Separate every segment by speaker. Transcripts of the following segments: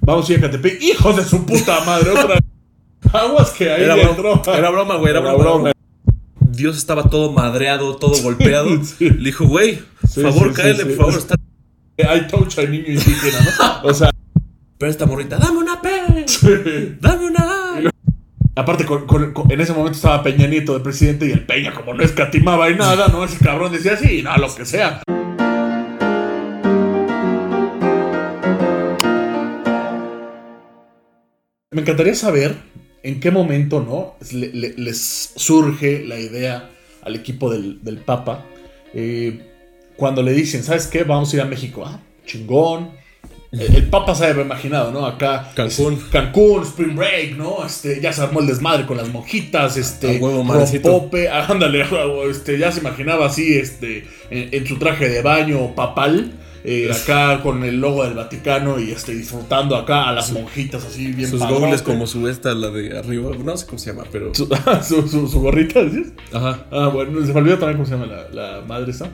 Speaker 1: Vamos a ir a Catepec. ¡Hijos de su puta madre! Otra vez. Aguas que ahí
Speaker 2: Era
Speaker 1: le
Speaker 2: broma,
Speaker 1: entró.
Speaker 2: era broma, güey, era
Speaker 1: Era
Speaker 2: broma.
Speaker 1: broma.
Speaker 2: Dios estaba todo madreado, todo golpeado.
Speaker 1: sí.
Speaker 2: Le dijo, güey, por
Speaker 1: Sí,
Speaker 2: favor,
Speaker 1: sí, sí,
Speaker 2: cáele,
Speaker 1: sí.
Speaker 2: por favor, está.
Speaker 1: Hay touch, hay niño indígena, ¿no? O sea,
Speaker 2: Pero esta morrita, dame una P, dame una A".
Speaker 1: Aparte, con- con- con- en ese momento estaba Peña Nieto de presidente y el Peña, como no escatimaba y nada, ¿no? Ese cabrón decía sí, no, lo que sea. Me encantaría saber en qué momento, ¿no? Es- le- le- les surge la idea al equipo del, del Papa. eh, cuando le dicen, ¿sabes qué? Vamos a ir a México. Ah, chingón. El, el Papa se había imaginado, ¿no? Acá.
Speaker 2: Cancún.
Speaker 1: es- Cancún, Spring Break, ¿no? Este, ya se armó el desmadre con las mojitas, este.
Speaker 2: A huevo, madrecito.
Speaker 1: rompope, ah, ándale, a huevo, este, ya se imaginaba así, este, en, en su traje de baño papal. eh, acá con el logo del Vaticano y este, disfrutando acá a las monjitas así bien
Speaker 2: Sus
Speaker 1: padrote.
Speaker 2: gobles como su esta, la de arriba, no sé cómo se llama, pero.
Speaker 1: su, su, su- su gorrita, ¿sí?
Speaker 2: Ajá.
Speaker 1: Ah, bueno, se me olvidó también cómo se llama la, la madre esa.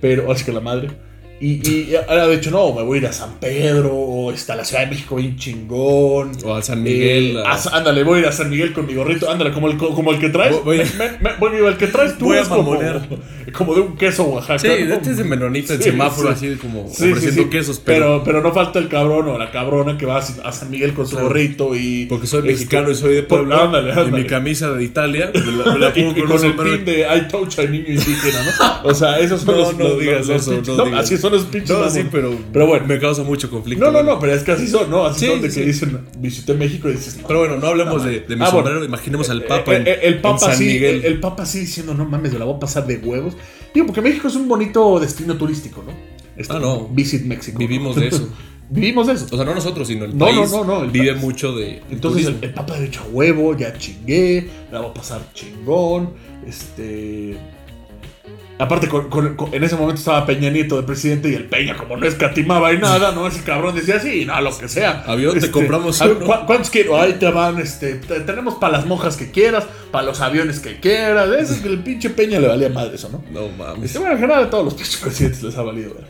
Speaker 1: Pero, así que la madre. Y, y ahora de hecho, no, me voy a ir a San Pedro, o está la Ciudad de México bien chingón.
Speaker 2: O a San
Speaker 1: Eh,
Speaker 2: Miguel. a-
Speaker 1: a Sa- ándale, voy a ir a San Miguel con mi gorrito, ándale, como el, co- como el que traes.
Speaker 2: Voy- voy a-
Speaker 1: Me- me- bueno, el que traes tú
Speaker 2: Voy a
Speaker 1: es como,
Speaker 2: mamonear.
Speaker 1: como de un queso Oaxaca.
Speaker 2: Sí,
Speaker 1: ¿no?
Speaker 2: este es de menonita en
Speaker 1: Sí,
Speaker 2: semáforo,
Speaker 1: sí.
Speaker 2: así como
Speaker 1: Sí, sí,
Speaker 2: ofreciendo
Speaker 1: sí.
Speaker 2: quesos, pero.
Speaker 1: pero. no falta el cabrón o la cabrona que va a a San Miguel con su
Speaker 2: Claro.
Speaker 1: gorrito y.
Speaker 2: Porque soy
Speaker 1: este,
Speaker 2: mexicano y soy de
Speaker 1: por-
Speaker 2: Puebla.
Speaker 1: ándale,
Speaker 2: Y mi
Speaker 1: ándale.
Speaker 2: camisa de Italia. Me la, me la
Speaker 1: Y,
Speaker 2: pongo
Speaker 1: y
Speaker 2: con, un
Speaker 1: con el
Speaker 2: sombrero-
Speaker 1: pin de I touch a niño indígena, ¿no? O sea, esos son
Speaker 2: No,
Speaker 1: los,
Speaker 2: no
Speaker 1: los-
Speaker 2: digas
Speaker 1: los
Speaker 2: eso,
Speaker 1: pinches-
Speaker 2: no
Speaker 1: no,
Speaker 2: digas
Speaker 1: así son los pinches.
Speaker 2: No, sí,
Speaker 1: mamón.
Speaker 2: pero,
Speaker 1: Pero bueno.
Speaker 2: me causa mucho conflicto.
Speaker 1: No, no,
Speaker 2: güey.
Speaker 1: no, pero es que así son, ¿no? Así
Speaker 2: Sí,
Speaker 1: son de que
Speaker 2: sí, sí.
Speaker 1: dicen, visité México y dices, no.
Speaker 2: Pero bueno, no hablemos de, de mi
Speaker 1: Ah, bueno.
Speaker 2: sombrero, imaginemos al Papa en,
Speaker 1: Eh, eh, el
Speaker 2: en
Speaker 1: Papa
Speaker 2: San
Speaker 1: sí,
Speaker 2: Miguel.
Speaker 1: el, el Papa sí diciendo, no mames, me la voy a pasar de huevos. Digo, porque México es un bonito destino turístico, ¿no? Este,
Speaker 2: Ah, no.
Speaker 1: Visit México.
Speaker 2: Vivimos de eso.
Speaker 1: Vivimos de eso.
Speaker 2: O sea, no nosotros, sino el
Speaker 1: No,
Speaker 2: país.
Speaker 1: no, no, no, el
Speaker 2: vive
Speaker 1: país.
Speaker 2: mucho de.
Speaker 1: Entonces el,
Speaker 2: turismo.
Speaker 1: el Papa ha dicho a huevo, ya chingué, la va a pasar chingón. Este. Aparte, con- con- con- en ese momento estaba Peña Nieto de presidente y el Peña, como no escatimaba y nada, ¿no? Ese cabrón decía, sí, no, lo que sea. Este,
Speaker 2: Avión, te compramos
Speaker 1: a ver,
Speaker 2: uno.
Speaker 1: ¿cu- ¿Cuántos quiero? Ahí te van, este. te- tenemos para las mojas que quieras, para los aviones que quieras. Eso es que el pinche Peña le valía madre eso, ¿no?
Speaker 2: No mames.
Speaker 1: Este, bueno, en general a todos los pinches presidentes les ha valido, ¿verdad?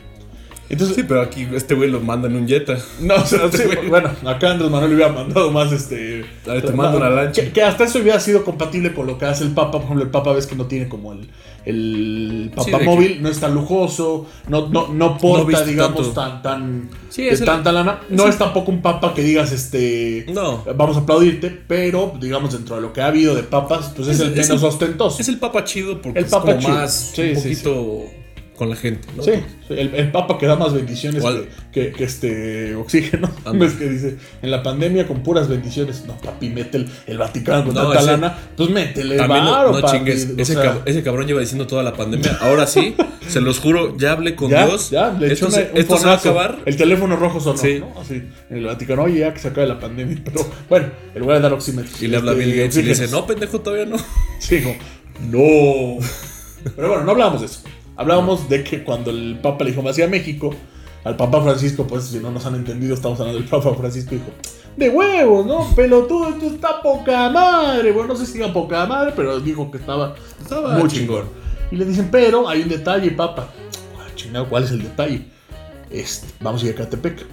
Speaker 1: Entonces,
Speaker 2: Sí, pero aquí este güey lo manda en un Jetta.
Speaker 1: no, o sea, sí, bueno, acá Andrés Manuel hubiera mandado más este.
Speaker 2: A ver, te mando una lancha.
Speaker 1: Que, que hasta eso hubiera sido compatible con lo que hace el Papa. Por ejemplo, el Papa ves que no tiene como el, el Papa
Speaker 2: Sí, de que-
Speaker 1: móvil, no es tan lujoso, no, no, no porta,
Speaker 2: viste
Speaker 1: digamos,
Speaker 2: tanto.
Speaker 1: tan, tan.
Speaker 2: Sí,
Speaker 1: de
Speaker 2: es el-
Speaker 1: tanta lana. No
Speaker 2: sí.
Speaker 1: es tampoco un Papa que digas este.
Speaker 2: No.
Speaker 1: Vamos a aplaudirte, pero digamos, dentro de lo que ha habido de papas, pues es,
Speaker 2: Es-
Speaker 1: el
Speaker 2: es
Speaker 1: menos
Speaker 2: el-
Speaker 1: ostentoso.
Speaker 2: Es el Papa chido porque
Speaker 1: El
Speaker 2: es
Speaker 1: Papa
Speaker 2: como
Speaker 1: chido.
Speaker 2: más
Speaker 1: Sí,
Speaker 2: un
Speaker 1: sí,
Speaker 2: poquito con la gente, ¿no?
Speaker 1: Sí, sí, el, el Papa que da más bendiciones
Speaker 2: ¿Cuál?
Speaker 1: que, que- que este oxígeno.
Speaker 2: Anda.
Speaker 1: Es que dice, en la pandemia con puras bendiciones. No, papi, mete el, el Vaticano con
Speaker 2: No,
Speaker 1: tanta
Speaker 2: ese-
Speaker 1: lana. Pues métele
Speaker 2: También no-
Speaker 1: varo,
Speaker 2: no,
Speaker 1: papi.
Speaker 2: chingues.
Speaker 1: O
Speaker 2: Ese,
Speaker 1: sea,
Speaker 2: cab- ese cabrón lleva diciendo toda la pandemia. Ahora sí, se los juro, ya hablé con
Speaker 1: ya,
Speaker 2: Dios.
Speaker 1: ya, le echó
Speaker 2: esto
Speaker 1: una-
Speaker 2: se,
Speaker 1: un
Speaker 2: esto se va a
Speaker 1: fonazo.
Speaker 2: acabar.
Speaker 1: El teléfono rojo sonó,
Speaker 2: Sí.
Speaker 1: ¿no? Así, en el Vaticano. Oye, ya que se acabe la pandemia. Pero bueno, el lugar de dar oxímetros.
Speaker 2: Y le habla
Speaker 1: este,
Speaker 2: Bill Gates y le dice,
Speaker 1: oxígenos.
Speaker 2: no, pendejo, todavía no.
Speaker 1: Sí, como, no. Pero bueno, no hablábamos de eso. Hablábamos de que cuando el Papa le dijo, me hacía México, al Papa Francisco, pues si no nos han entendido, estamos hablando del Papa Francisco, dijo, de huevos, ¿no? Pelotudo, esto está poca madre. Bueno, no sé si era poca madre, pero dijo que estaba,
Speaker 2: Estaba
Speaker 1: muy
Speaker 2: chingón.
Speaker 1: chingón. Y le dicen, pero hay un detalle, Papa. "Ah, Chingado, ¿cuál es el detalle? Este, vamos a ir a Catepec.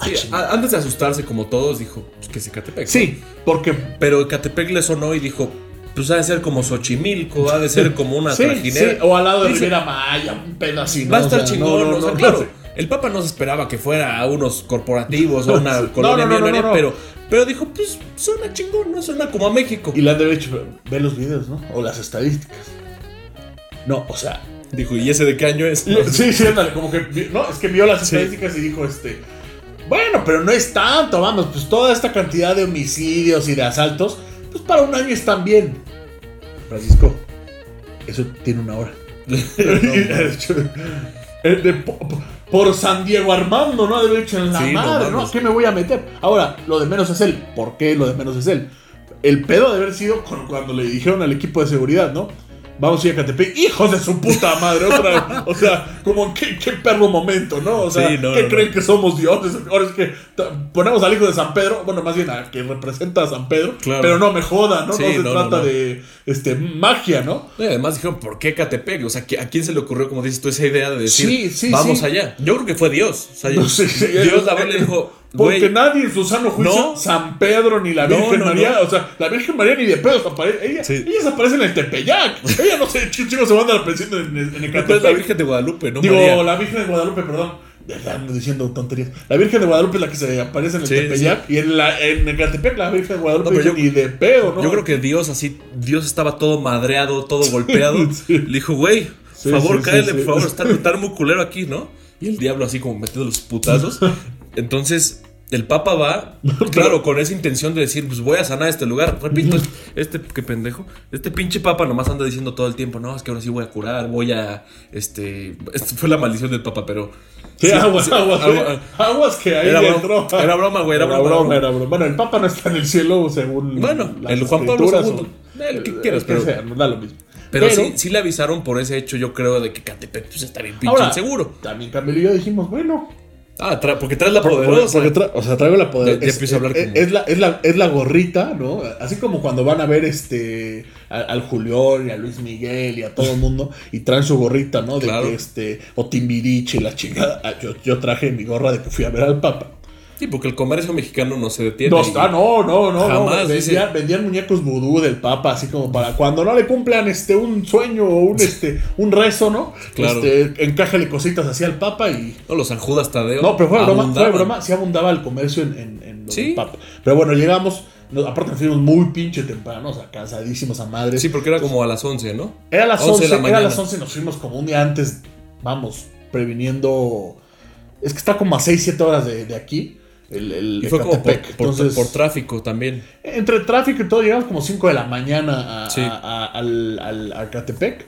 Speaker 1: Ah,
Speaker 2: Sí,
Speaker 1: chingado.
Speaker 2: a- antes de asustarse, como todos, dijo pues, que se Catepec.
Speaker 1: Sí, porque
Speaker 2: Pero Catepec le sonó y dijo: Pues ha de ser como Xochimilco, ha de ser como una
Speaker 1: sí,
Speaker 2: trajinera.
Speaker 1: sí, o al lado de
Speaker 2: Dice,
Speaker 1: Rivera Maya, un pedo así. ¿no?
Speaker 2: Va a
Speaker 1: O
Speaker 2: estar
Speaker 1: sea,
Speaker 2: chingón.
Speaker 1: no, no,
Speaker 2: o sea,
Speaker 1: no,
Speaker 2: claro,
Speaker 1: no.
Speaker 2: el Papa no se esperaba que fuera a unos corporativos o a una
Speaker 1: No,
Speaker 2: colonia
Speaker 1: no, no, no,
Speaker 2: millonaria,
Speaker 1: no, no.
Speaker 2: pero, pero dijo: Pues suena chingón, no suena como a México.
Speaker 1: Y le han de haber dicho, ve los videos, ¿no? O las estadísticas. No, o sea.
Speaker 2: Dijo: ¿Y ese de qué año es?
Speaker 1: y- sí, sí, ándale, como que. vi- No, es que vio las
Speaker 2: Sí.
Speaker 1: estadísticas y dijo, este. Bueno, pero no es tanto, vamos, pues toda esta cantidad de homicidios y de asaltos, pues para un año están bien. Francisco, eso tiene una hora. Y de hecho, eh, de po- po- por San Diego Armando, ¿no? De hecho, en la
Speaker 2: Sí, no
Speaker 1: madre, ¿no?
Speaker 2: mames.
Speaker 1: ¿Qué me voy a meter? Ahora, lo de menos es él. ¿Por qué lo de menos es él? El pedo ha de haber sido con- cuando le dijeron al equipo de seguridad, ¿no? Vamos a ir a Catepec. ¡Hijos de su puta madre! Otra vez. O sea, como en qué, qué perro momento, ¿no? O sea,
Speaker 2: Sí, no,
Speaker 1: ¿qué
Speaker 2: no,
Speaker 1: creen
Speaker 2: no.
Speaker 1: que somos dioses? Ahora es que ta- ponemos al hijo de San Pedro, bueno, más bien a que representa a San Pedro,
Speaker 2: Claro.
Speaker 1: pero no me jodan, ¿no?
Speaker 2: Sí,
Speaker 1: no se
Speaker 2: no, no,
Speaker 1: trata
Speaker 2: no.
Speaker 1: de este, magia, ¿no?
Speaker 2: No, y además dijeron, ¿por qué Catepec? O sea, ¿qui- ¿a quién se le ocurrió, como dices tú, esa idea de decir,
Speaker 1: Sí, sí,
Speaker 2: vamos
Speaker 1: sí.
Speaker 2: allá? Yo creo que fue Dios. O sea,
Speaker 1: No sé, sí,
Speaker 2: Dios
Speaker 1: eh,
Speaker 2: la verdad le dijo,
Speaker 1: Porque
Speaker 2: güey,
Speaker 1: nadie en su sano juicio,
Speaker 2: No.
Speaker 1: San Pedro ni la
Speaker 2: No,
Speaker 1: Virgen
Speaker 2: no,
Speaker 1: María,
Speaker 2: no.
Speaker 1: o sea, la Virgen María ni de pedos aparece. Ella,
Speaker 2: Sí.
Speaker 1: Ellas aparecen en el Tepeyac. Ella no sé, qué chico se manda la presión en, en el
Speaker 2: Catepec es la
Speaker 1: Catepec.
Speaker 2: Virgen de Guadalupe, ¿no?
Speaker 1: Digo,
Speaker 2: María?
Speaker 1: la Virgen de Guadalupe, perdón. Ya ando diciendo tonterías. La Virgen de Guadalupe es la que se aparece en el
Speaker 2: Sí,
Speaker 1: Tepeyac. Y en, la, en Ecatepec, la Virgen de Guadalupe
Speaker 2: No, pero
Speaker 1: dice, ni
Speaker 2: yo-
Speaker 1: de pedo, ¿no?
Speaker 2: Yo creo que Dios así, Dios estaba todo madreado, todo golpeado.
Speaker 1: sí.
Speaker 2: Le dijo, güey,
Speaker 1: Sí,
Speaker 2: por favor,
Speaker 1: sí, sí,
Speaker 2: cállate,
Speaker 1: sí.
Speaker 2: por favor, está, está muy culero aquí, ¿no? Y el diablo así como metiendo los putazos. Entonces, el Papa va, claro, con esa intención de decir, pues voy a sanar este lugar. Repito, este, qué pendejo, este pinche Papa nomás anda diciendo todo el tiempo, no, es que ahora sí voy a curar, voy a, este, esto fue la maldición del Papa, pero...
Speaker 1: Sí, aguas,
Speaker 2: sí,
Speaker 1: aguas,
Speaker 2: agua-
Speaker 1: aguas que ahí
Speaker 2: Era
Speaker 1: le
Speaker 2: broma,
Speaker 1: entró.
Speaker 2: era broma, güey, era broma,
Speaker 1: era broma. Bueno, el Papa no está en el cielo según.
Speaker 2: Bueno,
Speaker 1: las
Speaker 2: el Juan Pablo
Speaker 1: escrituras
Speaker 2: II. El que quieras,
Speaker 1: el que
Speaker 2: pero-
Speaker 1: sea, nos da lo mismo.
Speaker 2: Pero, sí, sí le avisaron por ese hecho, yo creo, de que Catepec pues, está bien pinche
Speaker 1: ahora,
Speaker 2: inseguro.
Speaker 1: También Camilo y yo dijimos, bueno.
Speaker 2: Ah, tra- porque traes la
Speaker 1: Porque-
Speaker 2: poderosa.
Speaker 1: porque tra- o sea, traigo la poderosa.
Speaker 2: eh. Ya- ya empiezo a hablar
Speaker 1: es,
Speaker 2: como-
Speaker 1: es la, es, la, es la gorrita, ¿no? Así como cuando van a ver este a- al Julián y a Luis Miguel y a todo el mundo y traen su gorrita, ¿no? De
Speaker 2: Claro.
Speaker 1: que este, o Timbiriche y la chingada. Ah, Yo, yo traje mi gorra de que fui a ver al Papa.
Speaker 2: Sí, porque el comercio mexicano no se detiene.
Speaker 1: No,
Speaker 2: Y-
Speaker 1: está, ah, no, no, no. no.
Speaker 2: Jamás,
Speaker 1: Vendían,
Speaker 2: dice.
Speaker 1: vendían muñecos vudú del Papa, así como para cuando no le cumplan este un sueño o un este un rezo, ¿no?
Speaker 2: Claro.
Speaker 1: Este, encájale cositas así al Papa y.
Speaker 2: No, los San Judas Tadeo.
Speaker 1: No, pero fue broma, fue
Speaker 2: abundaban.
Speaker 1: broma, sí abundaba el comercio en, en, en lo
Speaker 2: Sí.
Speaker 1: del Papa. Pero bueno, llegamos, no, aparte nos fuimos muy pinche temprano, o sea, cansadísimos a madres.
Speaker 2: Sí, porque era como a las 11, ¿no?
Speaker 1: Era las 11,
Speaker 2: 11 de la
Speaker 1: era
Speaker 2: mañana.
Speaker 1: las 11 y nos fuimos como un día antes, vamos, previniendo... Es que está como a 6, 7 horas de, de aquí, el, el
Speaker 2: Y fue como por,
Speaker 1: Ecatepec,
Speaker 2: por-
Speaker 1: entonces,
Speaker 2: por tráfico también.
Speaker 1: entre tráfico y todo, llegamos como 5 de la mañana a,
Speaker 2: Sí.
Speaker 1: a- a- al, al a Ecatepec.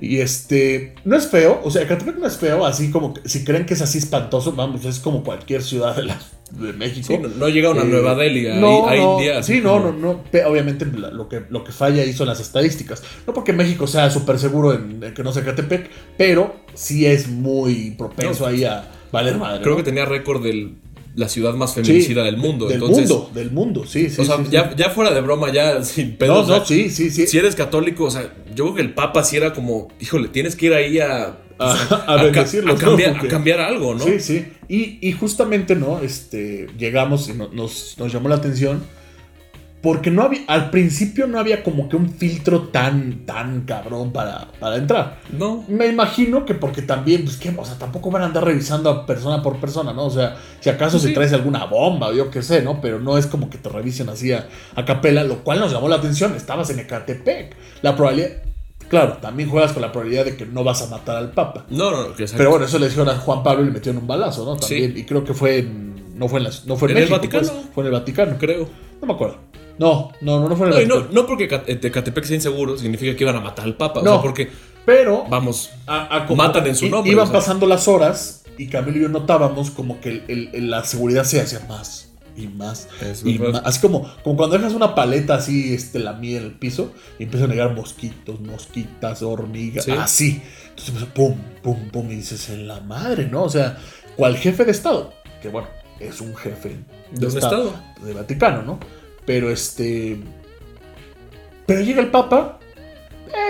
Speaker 1: Y este, no es feo, o sea, Ecatepec no es feo, así como que- si creen que es así espantoso, vamos, es como cualquier ciudad de, la- de México.
Speaker 2: Sí, no, no llegaron a
Speaker 1: Eh,
Speaker 2: Nueva Delhi, ahí-
Speaker 1: no,
Speaker 2: ahí
Speaker 1: no,
Speaker 2: en día, así
Speaker 1: Sí, no, no,
Speaker 2: como-
Speaker 1: no. pe- Obviamente la- lo que, lo que falla ahí son las estadísticas. No porque México sea súper seguro en, en que no sea Catepec, pero sí es muy propenso
Speaker 2: No.
Speaker 1: ahí a valer madre.
Speaker 2: Creo
Speaker 1: ¿no?
Speaker 2: que tenía récord de la ciudad más
Speaker 1: Sí,
Speaker 2: feminicida del mundo.
Speaker 1: Del
Speaker 2: entonces,
Speaker 1: mundo, del mundo, sí, sí.
Speaker 2: o sea,
Speaker 1: sí, sí.
Speaker 2: ya, ya fuera de broma, ya sin pedo.
Speaker 1: no,
Speaker 2: o sea,
Speaker 1: no, sí, sí, sí.
Speaker 2: Si eres católico, o sea, yo creo que el Papa sí era como, híjole, tienes que ir ahí a.
Speaker 1: A- a
Speaker 2: ca-
Speaker 1: bendecirlos,
Speaker 2: a
Speaker 1: ¿no?
Speaker 2: cambiar,
Speaker 1: Porque-
Speaker 2: a cambiar algo, ¿no?
Speaker 1: Sí, sí. Y, y justamente, ¿no? Este, llegamos y no- nos, nos llamó la atención. Porque no había, al principio no había como que un filtro tan, tan cabrón para, para entrar.
Speaker 2: No.
Speaker 1: Me imagino que porque también, pues que, o sea, tampoco van a andar revisando a persona por persona, ¿no? O sea, si acaso si
Speaker 2: Sí.
Speaker 1: traes alguna bomba, o yo qué sé, ¿no? Pero no es como que te revisen así a, a capela, lo cual nos llamó la atención. Estabas en Ecatepec. La probabilidad, claro, también juegas con la probabilidad de que no vas a matar al Papa.
Speaker 2: No, no, no, que-
Speaker 1: Pero bueno, eso le dijeron a Juan Pablo y le metieron un balazo, ¿no? También. Y creo que fue en, no fue en, las, no fue en,
Speaker 2: ¿En el
Speaker 1: México,
Speaker 2: Vaticano?
Speaker 1: pues, fue en el Vaticano.
Speaker 2: creo.
Speaker 1: No me acuerdo. No, no, no, no fue en el
Speaker 2: No, y
Speaker 1: Vaticano.
Speaker 2: no, no porque Cat- eh, Catepec sea inseguro significa que iban a matar al Papa.
Speaker 1: No.
Speaker 2: O sea, porque,
Speaker 1: Pero
Speaker 2: vamos,
Speaker 1: a, a
Speaker 2: Matan en su
Speaker 1: i-
Speaker 2: nombre,
Speaker 1: Iban
Speaker 2: o sea.
Speaker 1: pasando las horas y Camilo y yo notábamos como que el- el- el- la seguridad se hacía más y más.
Speaker 2: Es
Speaker 1: y
Speaker 2: verdad.
Speaker 1: más. Así como, como cuando dejas una paleta así, este, la miel en el piso y empiezan a llegar mosquitos, mosquitas, hormigas,
Speaker 2: Sí.
Speaker 1: así. Entonces empieza pum, pum, pum y dices, en la madre, ¿no? O sea, cual jefe de Estado, que bueno, es un jefe
Speaker 2: de un estado.
Speaker 1: de Vaticano, ¿no? Pero este. Pero llega el Papa.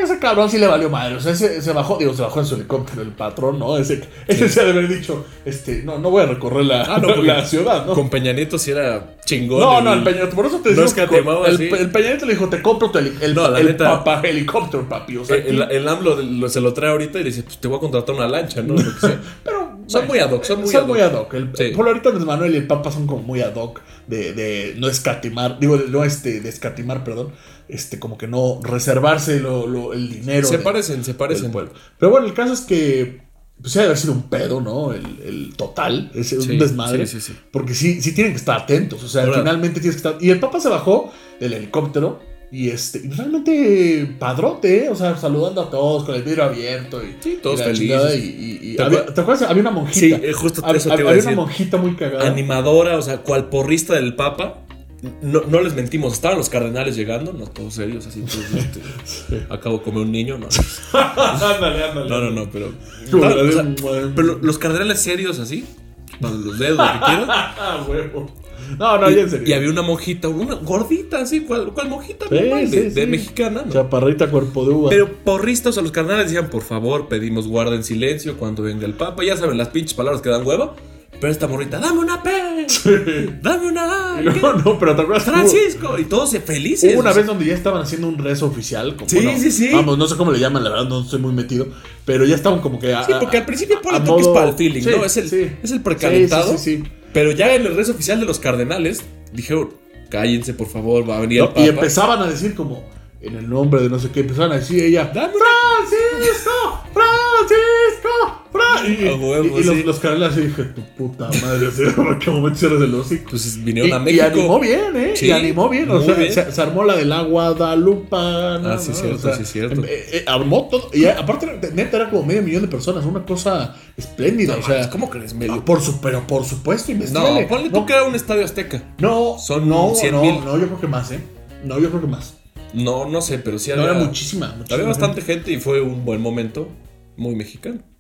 Speaker 1: Ese cabrón sí le valió madre. O sea, ese, se bajó, digo, se bajó en su helicóptero el patrón, ¿no? Ese, ese se ha de haber dicho, este, no, no voy a recorrer la,
Speaker 2: Ah, no, porque-
Speaker 1: la ciudad, ¿no?
Speaker 2: Con Peña Nieto sí era chingón.
Speaker 1: No, no, el Peñanito, por eso te
Speaker 2: No
Speaker 1: digo
Speaker 2: es
Speaker 1: que
Speaker 2: escatimaba
Speaker 1: el,
Speaker 2: así.
Speaker 1: el Peña Nieto le dijo, te compro tu heli- el,
Speaker 2: No, la
Speaker 1: el
Speaker 2: neta-
Speaker 1: Papa helicóptero, papi. O sea,
Speaker 2: eh, El, el AMLO de- lo- se lo trae ahorita y le dice, pues te voy a contratar una lancha, ¿no? Lo que sea.
Speaker 1: pero
Speaker 2: Son muy ad hoc, son muy
Speaker 1: Son
Speaker 2: ad
Speaker 1: muy
Speaker 2: hoc.
Speaker 1: ad hoc. El,
Speaker 2: Sí.
Speaker 1: Por ahorita Andrés Manuel y el Papa son como muy ad hoc de, de no escatimar, digo, de no este, de escatimar, perdón, este, como que no reservarse lo, lo- el dinero.
Speaker 2: Se
Speaker 1: de-
Speaker 2: parecen, se
Speaker 1: del
Speaker 2: parecen.
Speaker 1: pueblo. Pero bueno, el caso es que pues sí ha de haber sido un pedo, ¿no? El, el total, es un
Speaker 2: Sí,
Speaker 1: desmadre.
Speaker 2: sí, sí, sí.
Speaker 1: Porque sí, sí tienen que estar atentos, o sea,
Speaker 2: Ahora-
Speaker 1: finalmente tienes que estar... Y el Papa se bajó del helicóptero y este, y realmente padrote, ¿eh? o sea, saludando a todos con el vidrio abierto y...
Speaker 2: Sí, todos
Speaker 1: y la
Speaker 2: felices.
Speaker 1: chingada y- y- y
Speaker 2: ¿Te
Speaker 1: había-
Speaker 2: acuer-
Speaker 1: ¿Te acuerdas? Había una monjita.
Speaker 2: Sí, eh, justo
Speaker 1: Hab-
Speaker 2: eso
Speaker 1: hab-
Speaker 2: te iba a
Speaker 1: había una
Speaker 2: decir.
Speaker 1: monjita muy cagada.
Speaker 2: Animadora, o sea, cual porrista del Papa. No, no les mentimos, estaban los cardenales llegando, no todos serios, así todos, este, acabo de comer un niño, no.
Speaker 1: ándale, ándale.
Speaker 2: No, no, no, pero.
Speaker 1: Como
Speaker 2: no,
Speaker 1: la de
Speaker 2: o sea,
Speaker 1: un buen-
Speaker 2: pero lo- los cardenales serios así, con los dedos, lo que quieran.
Speaker 1: Ah, huevo. No, no, ya en serio.
Speaker 2: Y había una mojita, una gordita así, ¿cuál, cuál mojita?
Speaker 1: Sí,
Speaker 2: normal, de,
Speaker 1: sí,
Speaker 2: de
Speaker 1: sí.
Speaker 2: mexicana, ¿no?
Speaker 1: Chaparrita cuerpo de uva.
Speaker 2: Pero porristas a los cardenales decían, por favor, pedimos guarda en silencio cuando venga el Papa. Ya saben las pinches palabras que dan hueva. Pero esta morrita, dame una P, dame una A,
Speaker 1: Y luego,
Speaker 2: ¿qué?
Speaker 1: no, pero te acuerdas. que hubo-
Speaker 2: Francisco. Y todos se felices.
Speaker 1: Hubo una
Speaker 2: o sea,
Speaker 1: vez donde ya estaban haciendo un rezo oficial. Como,
Speaker 2: Sí, sí, sí.
Speaker 1: Vamos, no sé cómo le llaman, la verdad, no estoy muy metido. Pero ya estaban como que. a-
Speaker 2: Sí, porque al principio
Speaker 1: a-
Speaker 2: pone
Speaker 1: a
Speaker 2: toques
Speaker 1: modo-
Speaker 2: para el feeling,
Speaker 1: Sí,
Speaker 2: ¿no? Es el,
Speaker 1: sí.
Speaker 2: es el precalentado.
Speaker 1: Sí, sí, sí, sí.
Speaker 2: Pero ya en el red oficial de los cardenales, dijeron, cállense, por favor, va a venir
Speaker 1: No,
Speaker 2: el Papa.
Speaker 1: y empezaban a decir como. En el nombre de no sé qué, empezaban a decir ella.
Speaker 2: Dame una-
Speaker 1: ¡Francisco! ¡Francisco! Fra-". Y,
Speaker 2: A huevo,
Speaker 1: y- y los,
Speaker 2: sí.
Speaker 1: los carnales así dije, tu puta madre, ¿sí? ¿por qué momento cierras el hocico?
Speaker 2: Entonces
Speaker 1: Y,
Speaker 2: vinieron a
Speaker 1: y
Speaker 2: México.
Speaker 1: animó bien, ¿eh?
Speaker 2: Sí,
Speaker 1: y animó bien, o
Speaker 2: muy
Speaker 1: sea,
Speaker 2: bien.
Speaker 1: Se, se armó la del agua guadalupana.
Speaker 2: Ah, sí,
Speaker 1: ¿no?
Speaker 2: cierto,
Speaker 1: O sea,
Speaker 2: sí, cierto.
Speaker 1: eh, eh, armó todo. Y aparte, neta, era como medio millón de personas, una cosa espléndida.
Speaker 2: No,
Speaker 1: o sea,
Speaker 2: mames, ¿Cómo crees?
Speaker 1: ah,
Speaker 2: Medio.
Speaker 1: por, su- pero por supuesto,
Speaker 2: No,
Speaker 1: investigale.
Speaker 2: ponle tú
Speaker 1: no,
Speaker 2: que era un estadio azteca.
Speaker 1: no,
Speaker 2: son
Speaker 1: no,
Speaker 2: 100
Speaker 1: no,
Speaker 2: mil.
Speaker 1: no, yo creo que más, ¿eh? No, yo creo que más.
Speaker 2: No, no sé, pero sí
Speaker 1: No, era
Speaker 2: había,
Speaker 1: muchísima, muchísima
Speaker 2: había
Speaker 1: gente.
Speaker 2: bastante gente y fue un buen momento. Muy mexicano.